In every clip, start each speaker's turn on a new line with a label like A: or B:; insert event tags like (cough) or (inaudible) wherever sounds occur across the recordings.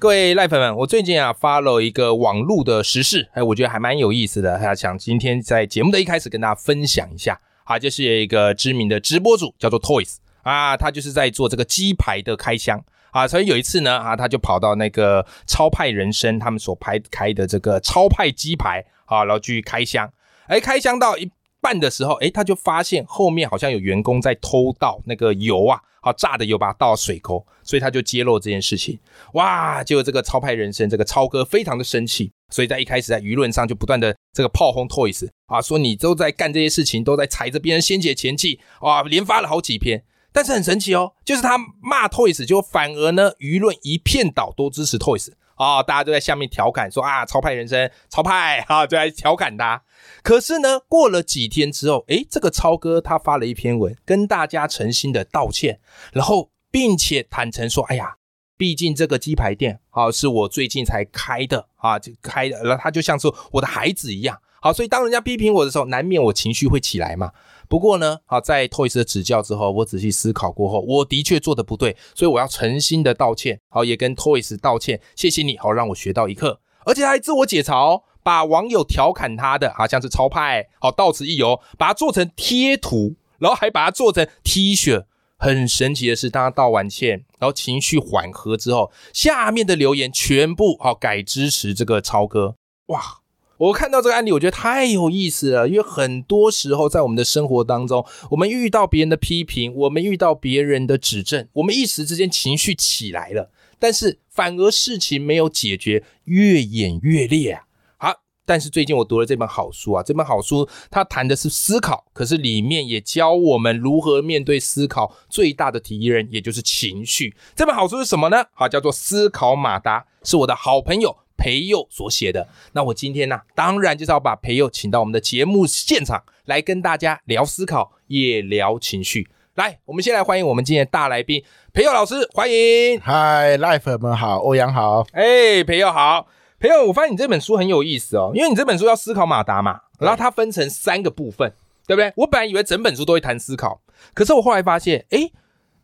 A: 各位赖粉们，我最近啊发了一个网络的时事，哎，我觉得还蛮有意思的，还想今天在节目的一开始跟大家分享一下啊，就是有一个知名的直播主叫做 Toys 啊，他就是在做这个鸡排的开箱啊，所以有一次呢啊，他就跑到那个超派人生他们所拍开的这个超派鸡排啊，然后去开箱，哎，开箱到一半的时候，哎，他就发现后面好像有员工在偷倒那个油啊，好炸的油把它倒到水沟，所以他就揭露这件事情。哇，结果这个超派人生这个超哥非常的生气，所以在一开始在舆论上就不断的这个炮轰 Toys 啊，说你都在干这些事情，都在踩着别人先姐前气啊，连发了好几篇。但是很神奇哦，就是他骂 Toys，就反而呢舆论一片倒，都支持 Toys 啊，大家都在下面调侃说啊超派人生超派啊，就在调侃他。可是呢，过了几天之后，诶，这个超哥他发了一篇文，跟大家诚心的道歉，然后并且坦诚说，哎呀，毕竟这个鸡排店啊是我最近才开的啊，就开的，然后他就像是我的孩子一样。好，所以当人家批评我的时候，难免我情绪会起来嘛。不过呢，好，在 Toys 的指教之后，我仔细思考过后，我的确做的不对，所以我要诚心的道歉，好，也跟 Toys 道歉，谢谢你，好，让我学到一课，而且还自我解嘲、把网友调侃他的啊，像是超派，好，到此一游，把它做成贴图，然后还把它做成 T 恤。很神奇的是，当他道完歉，然后情绪缓和之后，下面的留言全部好改支持这个超哥，哇！我看到这个案例，我觉得太有意思了，因为很多时候在我们的生活当中，我们遇到别人的批评，我们遇到别人的指正，我们一时之间情绪起来了，但是反而事情没有解决，越演越烈啊。好，但是最近我读了这本好书啊，这本好书它谈的是思考，可是里面也教我们如何面对思考最大的敌人，也就是情绪。这本好书是什么呢？好，叫做《思考马达》，是我的好朋友裴佑所写的。那我今天呢、当然就是要把培佑请到我们的节目现场，来跟大家聊思考，也聊情绪。来，我们先来欢迎我们今天的大来宾培佑老师，欢迎。
B: 嗨，Life 们好，欧阳好。
A: 哎，培佑好，培佑，我发现你这本书很有意思哦，因为你这本书要思考马达嘛，然后它分成三个部分，对不对？我本来以为整本书都会谈思考，可是我后来发现，哎，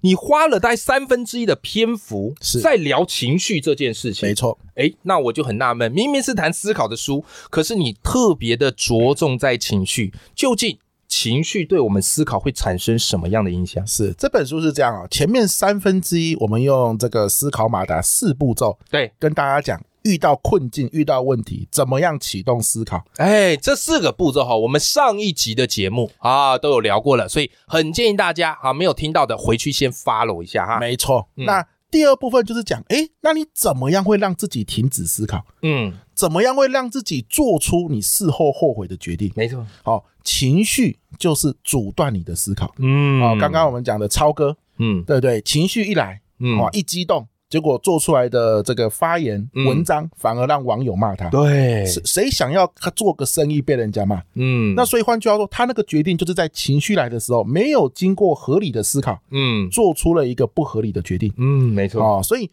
A: 你花了大概三分之一的篇幅
B: 是
A: 在聊情绪这件事情
B: 没，错，
A: 哎，那我就很纳闷，明明是谈思考的书，可是你特别的着重在情绪，究竟情绪对我们思考会产生什么样的影响？
B: 是这本书是这样哦，前面三分之一我们用这个思考马达四步骤
A: 对，
B: 跟大家讲，遇到困境、遇到问题，怎么样启动思考？
A: 哎，这四个步骤哈，我们上一集的节目啊都有聊过了，所以很建议大家啊，没有听到的回去先 follow 一下哈。
B: 没错。
A: 嗯
B: 那第二部分就是讲，诶，那你怎么样会让自己停止思考？
A: 嗯，
B: 怎么样会让自己做出你事后后悔的决定？
A: 没错，
B: 好、情绪就是阻断你的思考。
A: 嗯
B: 哦，刚刚我们讲的超哥，
A: 嗯
B: 对不对？情绪一来，哦
A: 嗯
B: 哇，一激动，结果做出来的这个发言、
A: 嗯
B: 文章反而让网友骂他。
A: 对，
B: 谁谁想要他做个生意被人家骂？
A: 嗯
B: 那所以换句话说，他那个决定就是在情绪来的时候，没有经过合理的思考，
A: 嗯
B: 做出了一个不合理的决定
A: 嗯，没错，
B: 哦。所以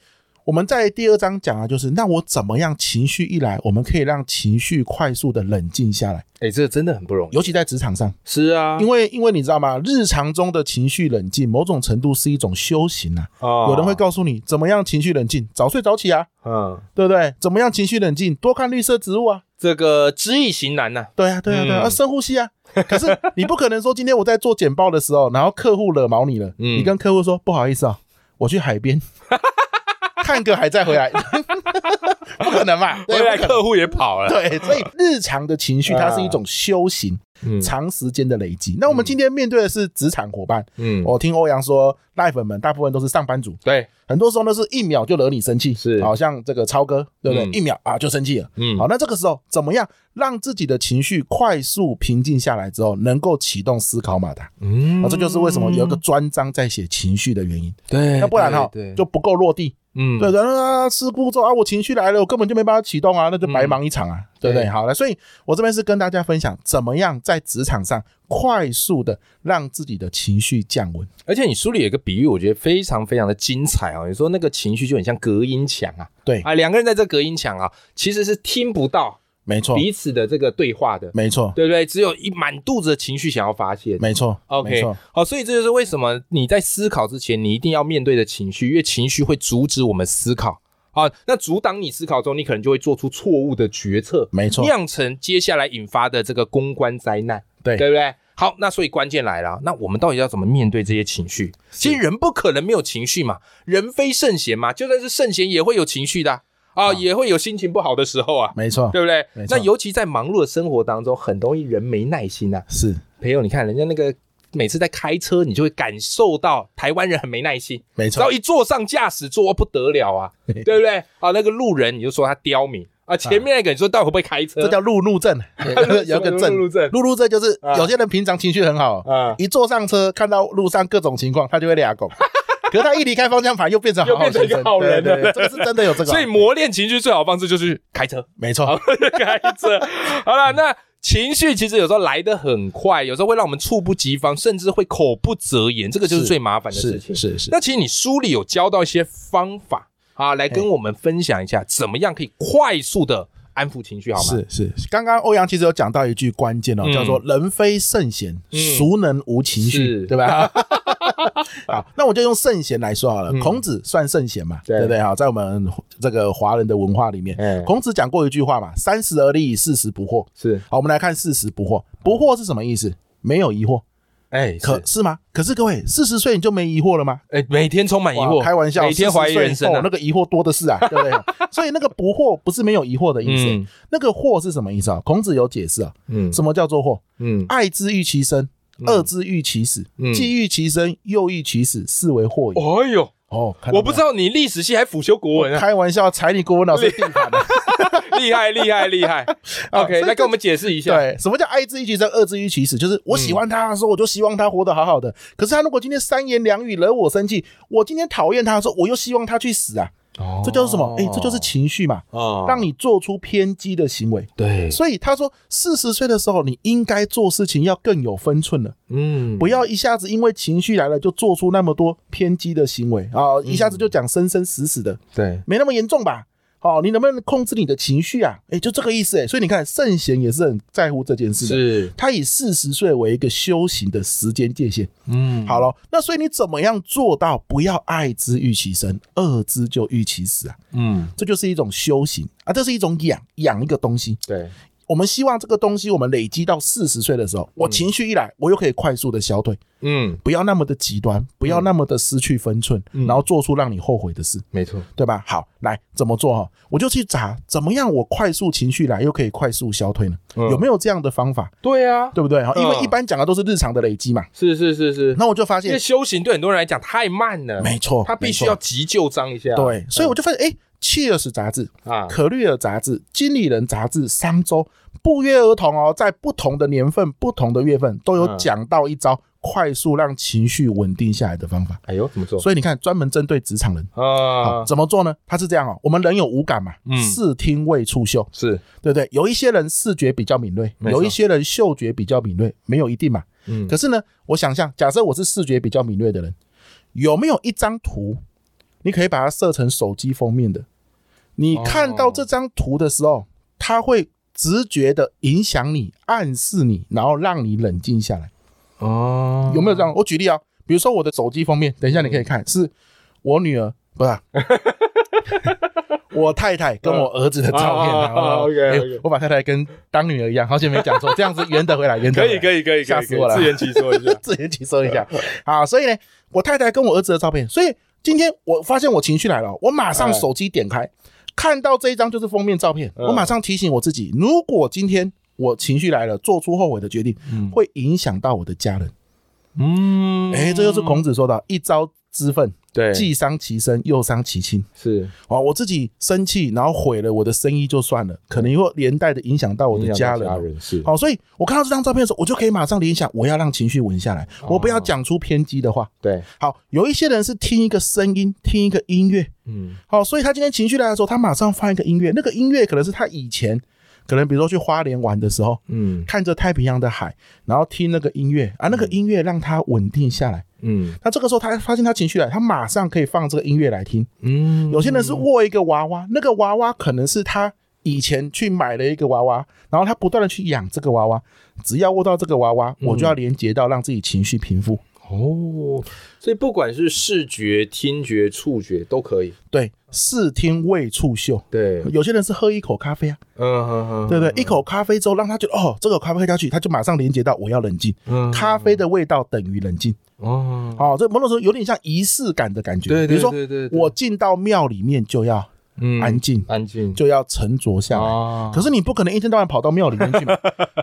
B: 我们在第二章讲啊，就是那我怎么样情绪一来，我们可以让情绪快速的冷静下来，
A: 哎，这真的很不容易。
B: 尤其在职场上，
A: 是啊，
B: 因
A: 为
B: 为因为你知道吗？日常中的情绪冷静，某种程度是一种修行啊。
A: 哦
B: 有人会告诉你怎么样情绪冷静，早睡早起啊，
A: 嗯，
B: 对不对？怎么样情绪冷静，多看绿色植物啊，
A: 这个知易行难呐。
B: 对啊，对啊，
A: 嗯
B: 对啊，啊深呼吸啊。可是你不可能说今天我在做简报的时候，然后客户惹毛你了，
A: 嗯
B: 你跟客户说不好意思啊，我去
A: (laughs)
B: 海边看个海再回来， (laughs) 不可能
A: (laughs)
B: 嘛？对，
A: 未来
B: 不可能
A: 客户也跑了，
B: 对，所以日常的情绪它是一种修行，
A: 嗯
B: 长时间的累积。那我们今天面对的是职场伙伴，
A: 嗯，
B: 我听欧阳说，赖粉们大部分都是上班族，
A: 对，
B: 很多时候呢是一秒就惹你生气，
A: 是
B: 好像这个超哥，对不对？
A: 嗯
B: 一秒啊就生气了。
A: 嗯
B: 好，那这个时候怎么样让自己的情绪快速平静下来之后，能够启动思考马达？哦
A: 嗯
B: 啊，这就是为什么有一个专章在写情绪的原因。
A: 对，
B: 那不然哈
A: 哎对，对
B: 就不够落地。
A: 嗯，
B: 对，然后啊吃步骤啊，我情绪来了，我根本就没办法启动啊，那就白忙一场啊，对不对？
A: 对
B: 好了，所以我这边是跟大家分享怎么样在职场上快速的让自己的情绪降温。
A: 而且你书里有一个比喻，我觉得非常非常的精彩哦。你说那个情绪就很像隔音墙啊，
B: 对
A: 啊，两个人在这隔音墙啊，其实是听不到
B: 没错，
A: 彼此的这个对话的，
B: 没错，
A: 对不对？只有一满肚子的情绪想要发泄。
B: 没错
A: OK，
B: 没错，
A: 好，所以这就是为什么你在思考之前，你一定要面对的情绪，因为情绪会阻止我们思考。好，那阻挡你思考之后，你可能就会做出错误的决策，
B: 没错，
A: 酿成接下来引发的这个公关灾难，
B: 对
A: 对不对？好，那所以关键来了，啊那我们到底要怎么面对这些情绪？其实人不可能没有情绪嘛，人非圣贤嘛，就算是圣贤也会有情绪的啊，啊也会有心情不好的时候啊，
B: 没错，
A: 对不对
B: 没？错
A: 那尤其在忙碌的生活当中，很容易人没耐心啊。
B: 是
A: 朋友，你看人家那个每次在开车，你就会感受到台湾人很没耐心，
B: 没
A: 只要
B: 错，
A: 一坐上驾驶座不得了
B: (laughs)
A: 啊，对不对？啊，那个路人你就说他刁民啊，前面那个你说到底会不会开车？
B: 这叫路怒
A: (laughs)
B: 症，有一
A: 什么路
B: 个症，
A: 路症
B: 路怒症就是
A: 啊
B: 有些人平常情绪很好，
A: 啊，
B: 一坐上车看到路上各种情况，他就会
A: (laughs)
B: 俩狗。可是他一离开方向盘，又变成好好
A: 又变成一
B: 先
A: 个
B: 生，
A: 好人
B: 对对对，这个是真的有这个，
A: 所以磨练情绪最好的方式就是开
B: (laughs)
A: 车，
B: 没错，
A: 开车。好了，那。情绪其实有时候来得很快，有时候会让我们猝不及防，甚至会口不择言，这个就是
B: 是
A: 最麻烦的事
B: 是
A: 情。
B: 是是，
A: 那其实你书里有教到一些方法啊，来
B: 哎
A: 跟我们分享一下，怎么样可以快速的安抚情绪，好吗？
B: 是是。刚刚欧阳其实有讲到一句关键哦，
A: 嗯
B: 叫做“人非圣贤，
A: 嗯
B: 孰能无情
A: 是
B: 绪”，
A: (laughs)
B: 对吧？好，那我就用圣贤来说好了
A: 嗯。
B: 孔子算圣贤嘛，
A: 对
B: 对不对？好，在我们这个华人的文化里面
A: 嗯，
B: 孔子讲过一句话嘛：“三十而立，四十不惑。
A: 是”，
B: 好，我们来看“四十不惑”，不惑是什么意思？没有疑惑，
A: 哎，
B: 可
A: 可
B: 是吗？可是各位，四十岁你就没疑惑了吗？
A: 哎，每天充满疑惑，
B: 哇开玩笑，
A: 每天
B: 40岁
A: 怀疑人生
B: 哦
A: 啊
B: 那，个疑惑多的
A: (laughs)
B: 是啊，对不对？所以那个不惑不是没有疑惑的意思，
A: 嗯
B: 那个惑是什么意思啊？孔子有解释啊，
A: 嗯
B: 什么叫做惑？
A: 嗯
B: 爱之欲其生，恶之欲其死，
A: 嗯
B: 既欲其生，又欲其死，是为惑也。
A: 哎呦，
B: 哦，看到没有
A: 我不知道你历史系还辅修国文
B: (laughs)
A: 啊，
B: 开玩笑，踩你国文老师地盘 (laughs) 的。
A: 厉害厉害厉害。
B: 啊
A: (laughs) OK，
B: 所以
A: 来跟我们解释一下。
B: 对，什么叫爱之欲其生，恶之欲其死？就是我喜欢他的时候，我就希望他活得好好
A: 嗯
B: 的。可是他如果今天三言两语惹我生气，我今天讨厌他的时候，我又希望他去死啊！
A: 哦，
B: 这就是什么？哎，这就是情绪嘛，
A: 啊
B: 让你做出偏激的行为。
A: 对，
B: 所以他说，四十岁的时候，你应该做事情要更有分寸了，
A: 嗯，
B: 不要一下子因为情绪来了就做出那么多偏激的行为啊、
A: 嗯
B: 一下子就讲生生死死的，
A: 对，
B: 没那么严重吧？好、你能不能控制你的情绪啊？哎，就这个意思哎。所以你看，圣贤也是很在乎这件事的。
A: 是，
B: 他以四十岁为一个修行的时间界限。
A: 嗯，
B: 好了，那所以你怎么样做到不要爱之欲其生，恶之就欲其死啊？
A: 嗯，
B: 这就是一种修行啊，这是一种养养一个东西。
A: 对，
B: 我们希望这个东西，我们累积到四十岁的时候，我情绪一来，我又可以快速的消退，
A: 嗯，
B: 不要那么的极端，不要那么的失去分寸，
A: 嗯
B: 然后做出让你后悔的事，
A: 没错，
B: 对吧？好，来怎么做哈？我就去查怎么样，我快速情绪来又可以快速消退呢？
A: 嗯
B: 有没有这样的方法？
A: 对啊，
B: 对不对？哈，因为
A: 嗯
B: 一般讲的都是日常的累积嘛。
A: 是是是是。
B: 那我就发
A: 因为
B: 现，
A: 修行对很多人来讲太慢了，
B: 没错，
A: 他必须
B: 没
A: 要
B: 错
A: 急救章一下。
B: 对，所以我就发现，哎，《Cheers》杂志、
A: 啊，
B: 可绿尔杂志、经理人杂志、商周不约而同哦，在不同的年份、不同的月份都有
A: 嗯
B: 讲到一招快速让情绪稳定下来的方法。
A: 哎呦，怎么做？
B: 所以你看，专门针对职场人。好，
A: 啊，
B: 怎么做呢？他是这样哦，我们人有五感嘛，
A: 嗯
B: 视听味触嗅，
A: 是，
B: 对不对？有一些人视觉比较敏锐，
A: 没错
B: 有一些人嗅觉比较敏锐，没有一定嘛。
A: 嗯
B: 可是呢，我想象，假设我是视觉比较敏锐的人，有没有一张图，你可以把它设成手机封面的？你看到这张图的时候，它会直觉的影响你，暗示你，然后让你冷静下来。
A: 哦
B: 有没有这样？我举例啊，比如说我的手机封面，等一下你可以看，是我女儿，
A: (laughs)
B: 不是啊、我太太跟我儿子的照片
A: 啊啊啊啊
B: 啊。
A: ，OK，OK
B: 哎我把太太跟当女儿一样，好久没讲错，这样子圆得回来，圆
A: 可
B: 得回来
A: 以可以可以，
B: 吓
A: 可以
B: 死我了。
A: 自圆其说一下
B: (laughs) 自圆其说一下。好，所以呢，我太太跟我儿子的照片，所以今天我发现我情绪来了，我马上手机点开，看到这一张就是封面照片，
A: 嗯
B: 我马上提醒我自己，如果今天我情绪来了，做出后悔的决定，会影响到我的家人。
A: 嗯
B: 哎，这就是孔子说的“一朝之愤，
A: 对，
B: 既伤其身，又伤其亲。
A: 是
B: 啊，我自己生气，然后毁了我的生意就算了，可能又连带的影响到我的
A: 影
B: 家
A: 响
B: 人哦
A: 到。家人是
B: 好，所以我看到这张照片的时候，我就可以马上联想，我要让情绪稳下来，
A: 哦
B: 我不要讲出偏激的话。
A: 对，
B: 好，有一些人是听一个声音，听一个音乐，
A: 嗯，
B: 好，所以他今天情绪来的时候，他马上放一个音乐，那个音乐可能是他以前，可能比如说去花莲玩的时候，
A: 嗯
B: 看着太平洋的海，然后听那个音乐啊，那个音乐让他稳定下来。
A: 嗯
B: 那这个时候他发现他情绪来，他马上可以放这个音乐来听。
A: 嗯，
B: 有些人是握一个娃娃，那个娃娃可能是他以前去买了一个娃娃，然后他不断的去养这个娃娃，只要握到这个娃娃，
A: 嗯
B: 我就要连接到让自己情绪平复。
A: 哦，所以不管是视觉、听觉、触觉都可以。
B: 对，视听味触嗅。
A: 对，
B: 有些人是喝一口咖啡啊，
A: 嗯，
B: 对不对？一口咖啡之后，让他觉得哦，这个咖啡喝下去，他就马上连接到我要冷静。
A: 嗯
B: 咖啡的味道等于冷静，
A: 哦，
B: 哦，这某种程度有点像仪式感的感觉。
A: 对，
B: 比如说
A: 对对，嗯
B: 我进到庙里面就要安静，
A: 安静
B: 就要沉着下来。
A: 啊
B: 可是你不可能一天到晚跑到庙里面去
A: (laughs)
B: 嘛，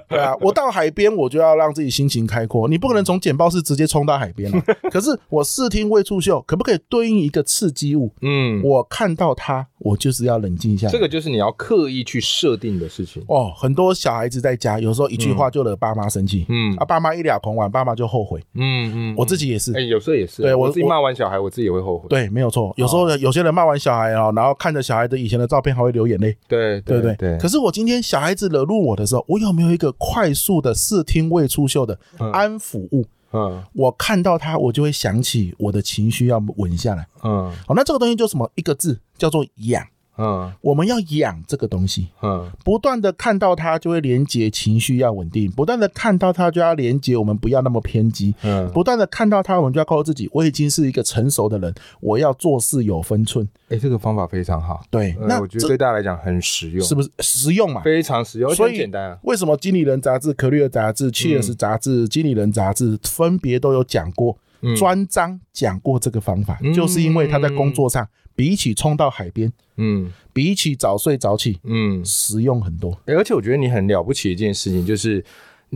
B: 对啊，我到海边我就要让自己心情开阔，你不可能从简报室直接冲到海
A: (laughs)
B: 边啊。可是我视听未触嗅，可不可以对应一个刺激物？
A: 嗯，
B: 我看到它，我就是要冷静一下。
A: 这个就是你要刻意去设定的事情。
B: 哦，很多小孩子在家，有时候一句话就惹爸妈生气，
A: 嗯
B: 啊，爸妈一俩狂玩，爸妈就后悔。
A: 嗯嗯，
B: 我自己也是
A: 哎，，有时候也是，
B: 对我
A: 我自己骂完小孩，我自己也会后悔。
B: 对，没有错。有时
A: 哦
B: 候有些人骂完小孩哦，然后看着小孩的以前的照片还会流眼泪，
A: 对
B: 对不
A: 对
B: 对？可是我今天小孩子惹怒我的时候，我有没有一个快速的视听未出嗅的安抚物？
A: 嗯
B: 我看到它，我就会想起我的情绪要稳下来。
A: 嗯
B: 好，那这个东西就什么一个字叫做养。
A: 嗯
B: 我们要养这个东西，
A: 嗯
B: 不断的看到它就会连接情绪要稳定，不断的看到它就要连接我们不要那么偏激，
A: 嗯，
B: 不断的看到它我们就要告诉自己，我已经是一个成熟的人，我要做事有分寸。
A: 哎，这个方法非常好。
B: 对，
A: 呃
B: 那
A: 我觉得
B: 这
A: 对大家来讲很实用，
B: 是不是实用嘛？
A: 非常实用，而且
B: 所以
A: 很简单啊。
B: 为什么《经理人》杂志、《可 e 尔》杂志、《Cheers》杂志、经理人》杂志分别都有讲过
A: 嗯
B: 专章讲过这个方法？就是因为他在工作上，比起冲到海边，
A: 嗯
B: 比起早睡早起，
A: 嗯，
B: 实用很多。
A: 欸而且我觉得你很了不起的一件事情，就是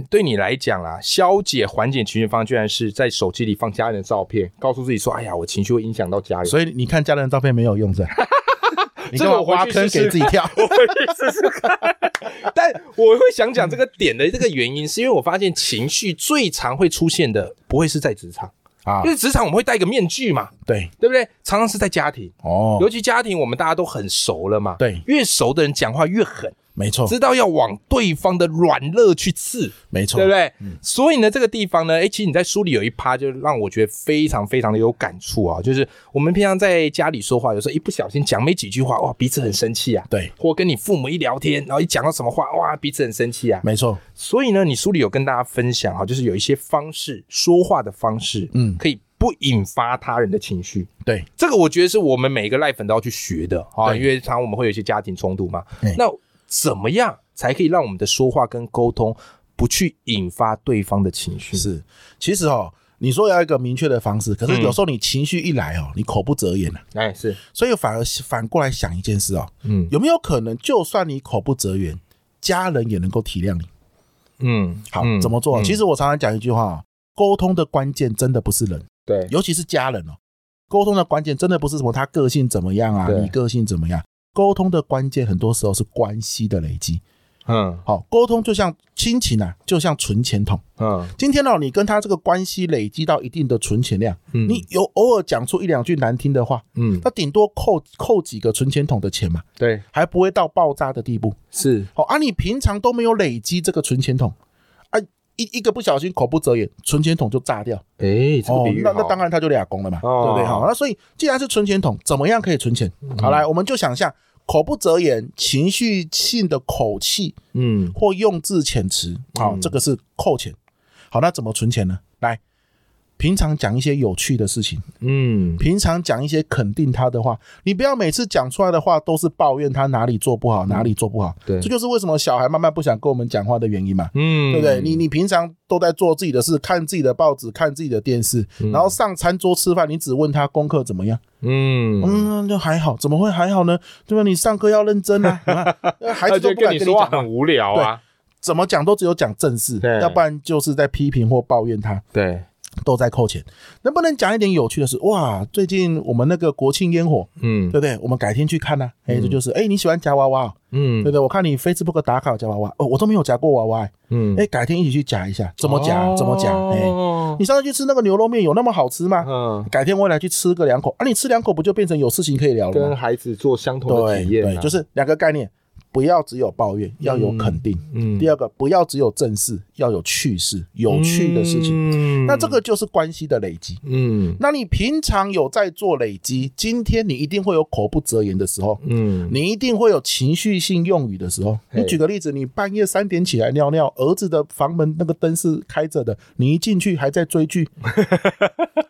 A: 对你来讲啦，消解缓解情绪方，居然是在手机里放家人的照片，告诉自己说：“哎呀，我情绪会影响到家人。”
B: 所以你看家人的照片没有
A: (laughs)
B: 用的，你干嘛挖坑给自己跳？ (laughs)
A: 我会去试试看， (laughs) 但我会想讲这个点的这个原因，是因为我发现情绪最常会出现的，不会是在职场，
B: 啊
A: 因，为职场我们会戴一个面具嘛，
B: 对，
A: 对不对？常常是在家庭，
B: 哦，
A: 尤其家庭我们大家都很熟了嘛，
B: 对
A: 越熟的人讲话越狠，
B: 没错，
A: 知道要往对方的软肋去刺，
B: 没错嗯
A: 对，不对？所以呢，这个地方呢，诶，其实你在书里有一趴，就让我觉得非常非常的有感触啊，就是我们平常在家里说话，有时候一不小心讲没几句话，哇，彼此很生气啊。
B: 对，
A: 或跟你父母一聊天，然后一讲到什么话，哇，彼此很生气啊。
B: 没错，
A: 所以呢，你书里有跟大家分享哈，就是有一些方式说话的方式，
B: 嗯
A: 可以不引发他人的情绪。
B: 对，
A: 这个我觉得是我们每一个赖粉都要去学的啊，
B: 对
A: 因为常常我们会有一些家庭冲突嘛
B: 对。
A: 那怎么样才可以让我们的说话跟沟通不去引发对方的情绪？
B: 是。其实哦，你说要一个明确的方式，可
A: 嗯
B: 是有时候你情绪一来哦，你口不择言啊。
A: 哎，是，
B: 所以反而反过来想一件事哦，
A: 嗯
B: 有没有可能，就算你口不择言，家人也能够体谅你？
A: 嗯，
B: 好，
A: 嗯
B: 怎么做？
A: 嗯
B: 其实我常常讲一句话、哦，沟通的关键真的不是人，
A: 对，
B: 尤其是家人哦。沟通的关键真的不是什么他个性怎么样啊，
A: 对
B: 你个性怎么样？沟通的关键很多时候是关系的累积。
A: 嗯
B: 好，沟通就像亲情啊，就像存钱筒。
A: 嗯
B: 今天哦，你跟他这个关系累积到一定的存钱量，
A: 嗯
B: 你有偶尔讲出一两句难听的话，
A: 嗯，
B: 那顶多扣扣几个存钱筒的钱嘛。
A: 对，
B: 还不会到爆炸的地步。
A: 是，
B: 好、啊，你平常都没有累积这个存钱筒啊，一一个不小心口不择言，存钱筒就炸掉。
A: 哎，这个比喻
B: 哦那那
A: 好
B: 当，然他就俩工了嘛，
A: 哦
B: 对不对？好，那所以既然是存钱筒，怎么样可以存钱？好来，我们就想象口不择言、情绪性的口气
A: 嗯
B: 或用字遣词，好、这个是扣钱。好，那怎么存钱呢？来。平常讲一些有趣的事情，
A: 嗯
B: 平常讲一些肯定他的话，你不要每次讲出来的话都是抱怨他哪里做不好，哪里做不好。
A: 嗯对
B: 这就是为什么小孩慢慢不想跟我们讲话的原因嘛，
A: 嗯，
B: 对不对？你你平常都在做自己的事，看自己的报纸，看自己的电视，然后上餐桌吃饭，你只问他功课怎么样，
A: 嗯，
B: 嗯，就还好，怎么会还好呢？对吧？你上课要认
A: (laughs)
B: 真啊，有没有孩
A: 他
B: 子
A: 就
B: 都不
A: 跟
B: 敢跟
A: 你
B: 你
A: 说话
B: 讲
A: 很
B: 话，
A: 无聊啊，
B: 怎么讲都只有讲正事
A: 对，
B: 要不然就是在批评或抱怨他。
A: 对，
B: 都在扣钱。能不能讲一点有趣的事？哇，最近我们那个国庆烟火，
A: 嗯
B: 对不对？我们改天去看呐、哎、这就是哎、你喜欢夹娃娃哦、
A: 嗯
B: 对不对？我看你 Facebook 打卡有夹娃娃，哦，我都没有夹过娃娃、哎
A: 嗯，
B: 哎、改天一起去夹一下，怎么夹？怎么夹？哎、
A: 哦
B: 你上次去吃那个牛肉面有那么好吃吗？
C: 嗯，
B: 改天我也来去吃个两口啊！你吃两口不就变成有事情可以聊了
C: 跟
B: 吗？
C: 孩子做相同的
B: 对
C: 体验啊、
B: 对，就是两个概念，不要只有抱怨，要有肯定。
A: 嗯
B: 第二个，不要只有正事，要有趣事、有趣的事
A: 嗯
B: 情。
A: 情
B: 那这个就是关系的累积。
A: 嗯
B: 那你平常有在做累积，今天你一定会有口不择言的时候，
A: 嗯
B: 你一定会有情绪性用语的时候。
C: 嘿
B: 你举个例子，你半夜三点起来尿尿，儿子的房门那个灯是开着的，你一进去还在追
C: (laughs)
B: 剧，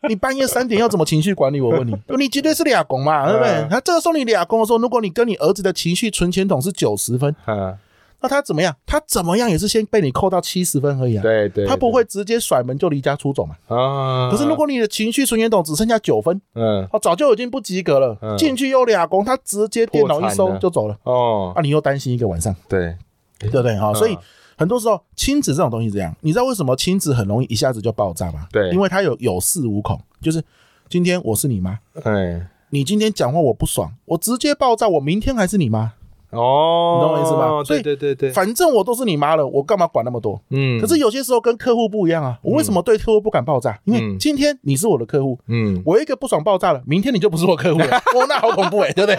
B: 你半夜三点要怎么情绪管理？我问你，
C: (laughs)
B: 你绝对是俩公嘛，对不对
C: 嗯？
B: 他这个时候你俩公的时候，如果你跟你儿子的情绪存钱筒是九十分，
C: 嗯，
B: 那他怎么样？他怎么样也是先被你扣到七十分而已啊。
C: 对对，
B: 他不会直接甩门就离家出走嘛。
C: 对啊。
B: 可是如果你的情绪存钱筒只剩下九分，
C: 嗯
B: 哦，早就已经不及格了
C: 嗯。
B: 进去又俩公，他直接电脑一
C: 破产
B: 收
C: 了
B: 就走了。
C: 哦
B: 啊，你又担心一个晚上，
C: 对，
B: 对不对？啊，
C: 嗯
B: 所以很多时候亲子这种东西是这样，你知道为什么亲子很容易一下子就爆炸吗？
C: 对
B: 因为他有有恃无恐，就是今天我是你妈，
C: 哎
B: 你今天讲话我不爽，我直接爆炸，我明天还是你妈，
C: 哦，
B: 你懂我意思吧所
C: 对
B: 以
C: 对对对，
B: 反正我都是你妈了，我干嘛管那么多？
A: 嗯
B: 可是有些时候跟客户不一样啊，我为
C: 嗯
B: 什么对客户不敢爆炸？因为
A: 嗯
B: 今天你是我的客户，
A: 嗯
B: 我一个不爽爆炸了，明天你就不是我客户
C: (laughs)
B: 了，哦，那好恐怖哎、对不对？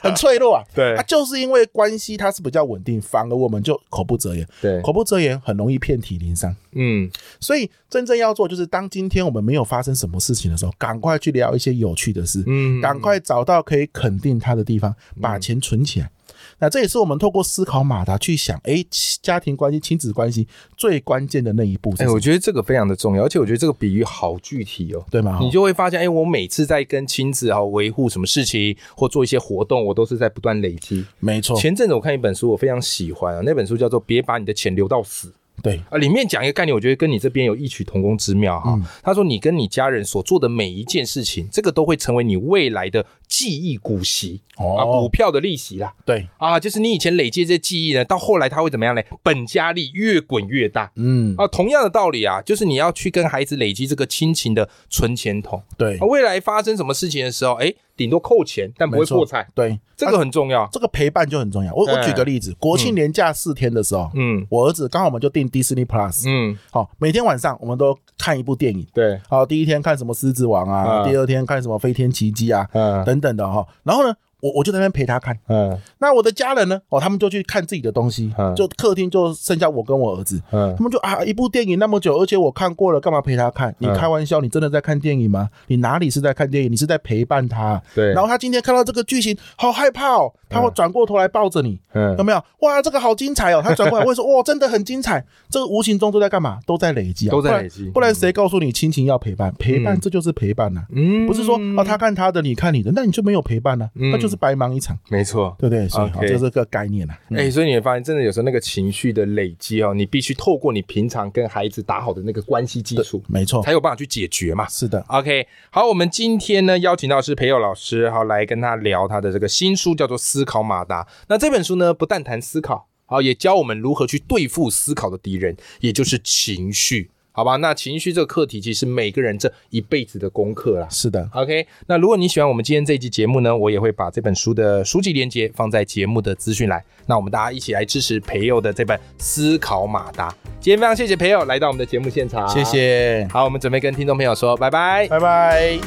B: 很脆弱啊。
C: 对
B: 啊，就是因为关系它是比较稳定，反而我们就口不择言，
C: 对
B: 口不择言很容易遍体鳞伤。
A: 嗯
B: 所以真正要做就是，当今天我们没有发生什么事情的时候，赶快去聊一些有趣的事，
A: 嗯
B: 赶快找到可以肯定他的地方，把钱存起来。那这也是我们透过思考马达去想，哎，亲家庭关系、亲子关系最关键的那一步是
A: 哎、
B: 什么，
A: 我觉得这个非常的重要，而且我觉得这个比喻好具体哦。
B: 对吗？
A: 你就会发现，哎、我每次在跟亲子啊维护什么事情或做一些活动，我都是在不断累积。
B: 没错，
A: 前阵子我看一本书，我非常喜欢啊，那本书叫做《别把你的钱留到死》。
B: 对，
A: 啊，里面讲一个概念，我觉得跟你这边有异曲同工之妙
B: 嗯
A: 哈。他说，你跟你家人所做的每一件事情，这个都会成为你未来的记忆股息、啊，股
B: 哦，
A: 票的利息啦。
B: 对，
A: 啊，就是你以前累积的这些记忆呢，到后来它会怎么样呢？本加利越滚越大。
B: 嗯，
A: 啊，同样的道理啊，就是你要去跟孩子累积这个亲情的存钱筒，
B: 对
A: 啊，，未来发生什么事情的时候，哎，顶多扣钱，但不
B: 没
A: 会
B: 错
A: 破产，
B: 对，啊
A: 这个很重要。
B: 这个陪伴就很重要。我我
A: 对
B: 举个例子，国庆连假四天的时候，
A: 嗯
B: 我儿子刚好我们就订 Disney Plus，
A: 嗯
B: 好，每天晚上我们都看一部电影。
C: 对，
B: 好，第一天看什么《狮子王》啊，
C: 嗯
B: 第二天看什么《飞天奇迹》啊，
C: 嗯
B: 等等的哈。然后呢，我我就在那边陪他看。
C: 嗯
B: 那我的家人呢？哦，他们就去看自己的东西，
C: 嗯
B: 就客厅就剩下我跟我儿子。
C: 嗯
B: 他们就啊，一部电影那么久，而且我看过了，干嘛陪他看？你
C: 嗯
B: 开玩笑，你真的在看电影吗？你哪里是在看电影？你是在陪伴他。
C: 对
B: 然后他今天看到这个剧情，好害怕哦，
A: 嗯
B: 他会转过头来抱着你，
C: 嗯
B: 有没有？哇，这个好精彩哦！他转过来会 (laughs) 说，哇，真的很精彩。这个无形中都在干嘛？都在累积啊，
A: 都在
B: 不然
A: 累积
B: 不然谁告诉你亲情要陪伴？陪伴
A: 嗯
B: 这就是陪伴呐、
A: 嗯
B: 不是说啊，他看他的，你看你的，那你就没有陪伴了、啊
A: 嗯
B: 那就是白忙一场，
A: 没错。
B: 对不对？所以
A: OK
B: 好这是个概念啊。嗯
A: 哎、所以你会发现，真的有时候那个情绪的累积哦，你必须透过你平常跟孩子打好的那个关系基础，
B: 没错，
A: 才有办法去解决嘛。
B: 是的，
A: OK，好，我们今天呢邀请到的是培佑老师，好来跟他聊他的这个新书，叫做《思考马达》。那这本书呢，不但谈思考，好，也教我们如何去对付思考的敌人，也就是情绪，好吧？那情绪这个课题，其实每个人这一辈子的功课啦。
B: 是的。
A: OK，那如果你喜欢我们今天这一集节目呢，我也会把这本书的书籍链接放在节目的资讯栏。那我们大家一起来支持培佑的这本《思考马达》。今天非常谢谢培佑来到我们的节目现场，
B: 谢。谢，
A: 好，我们准备跟听众朋友说拜拜。
B: 拜拜。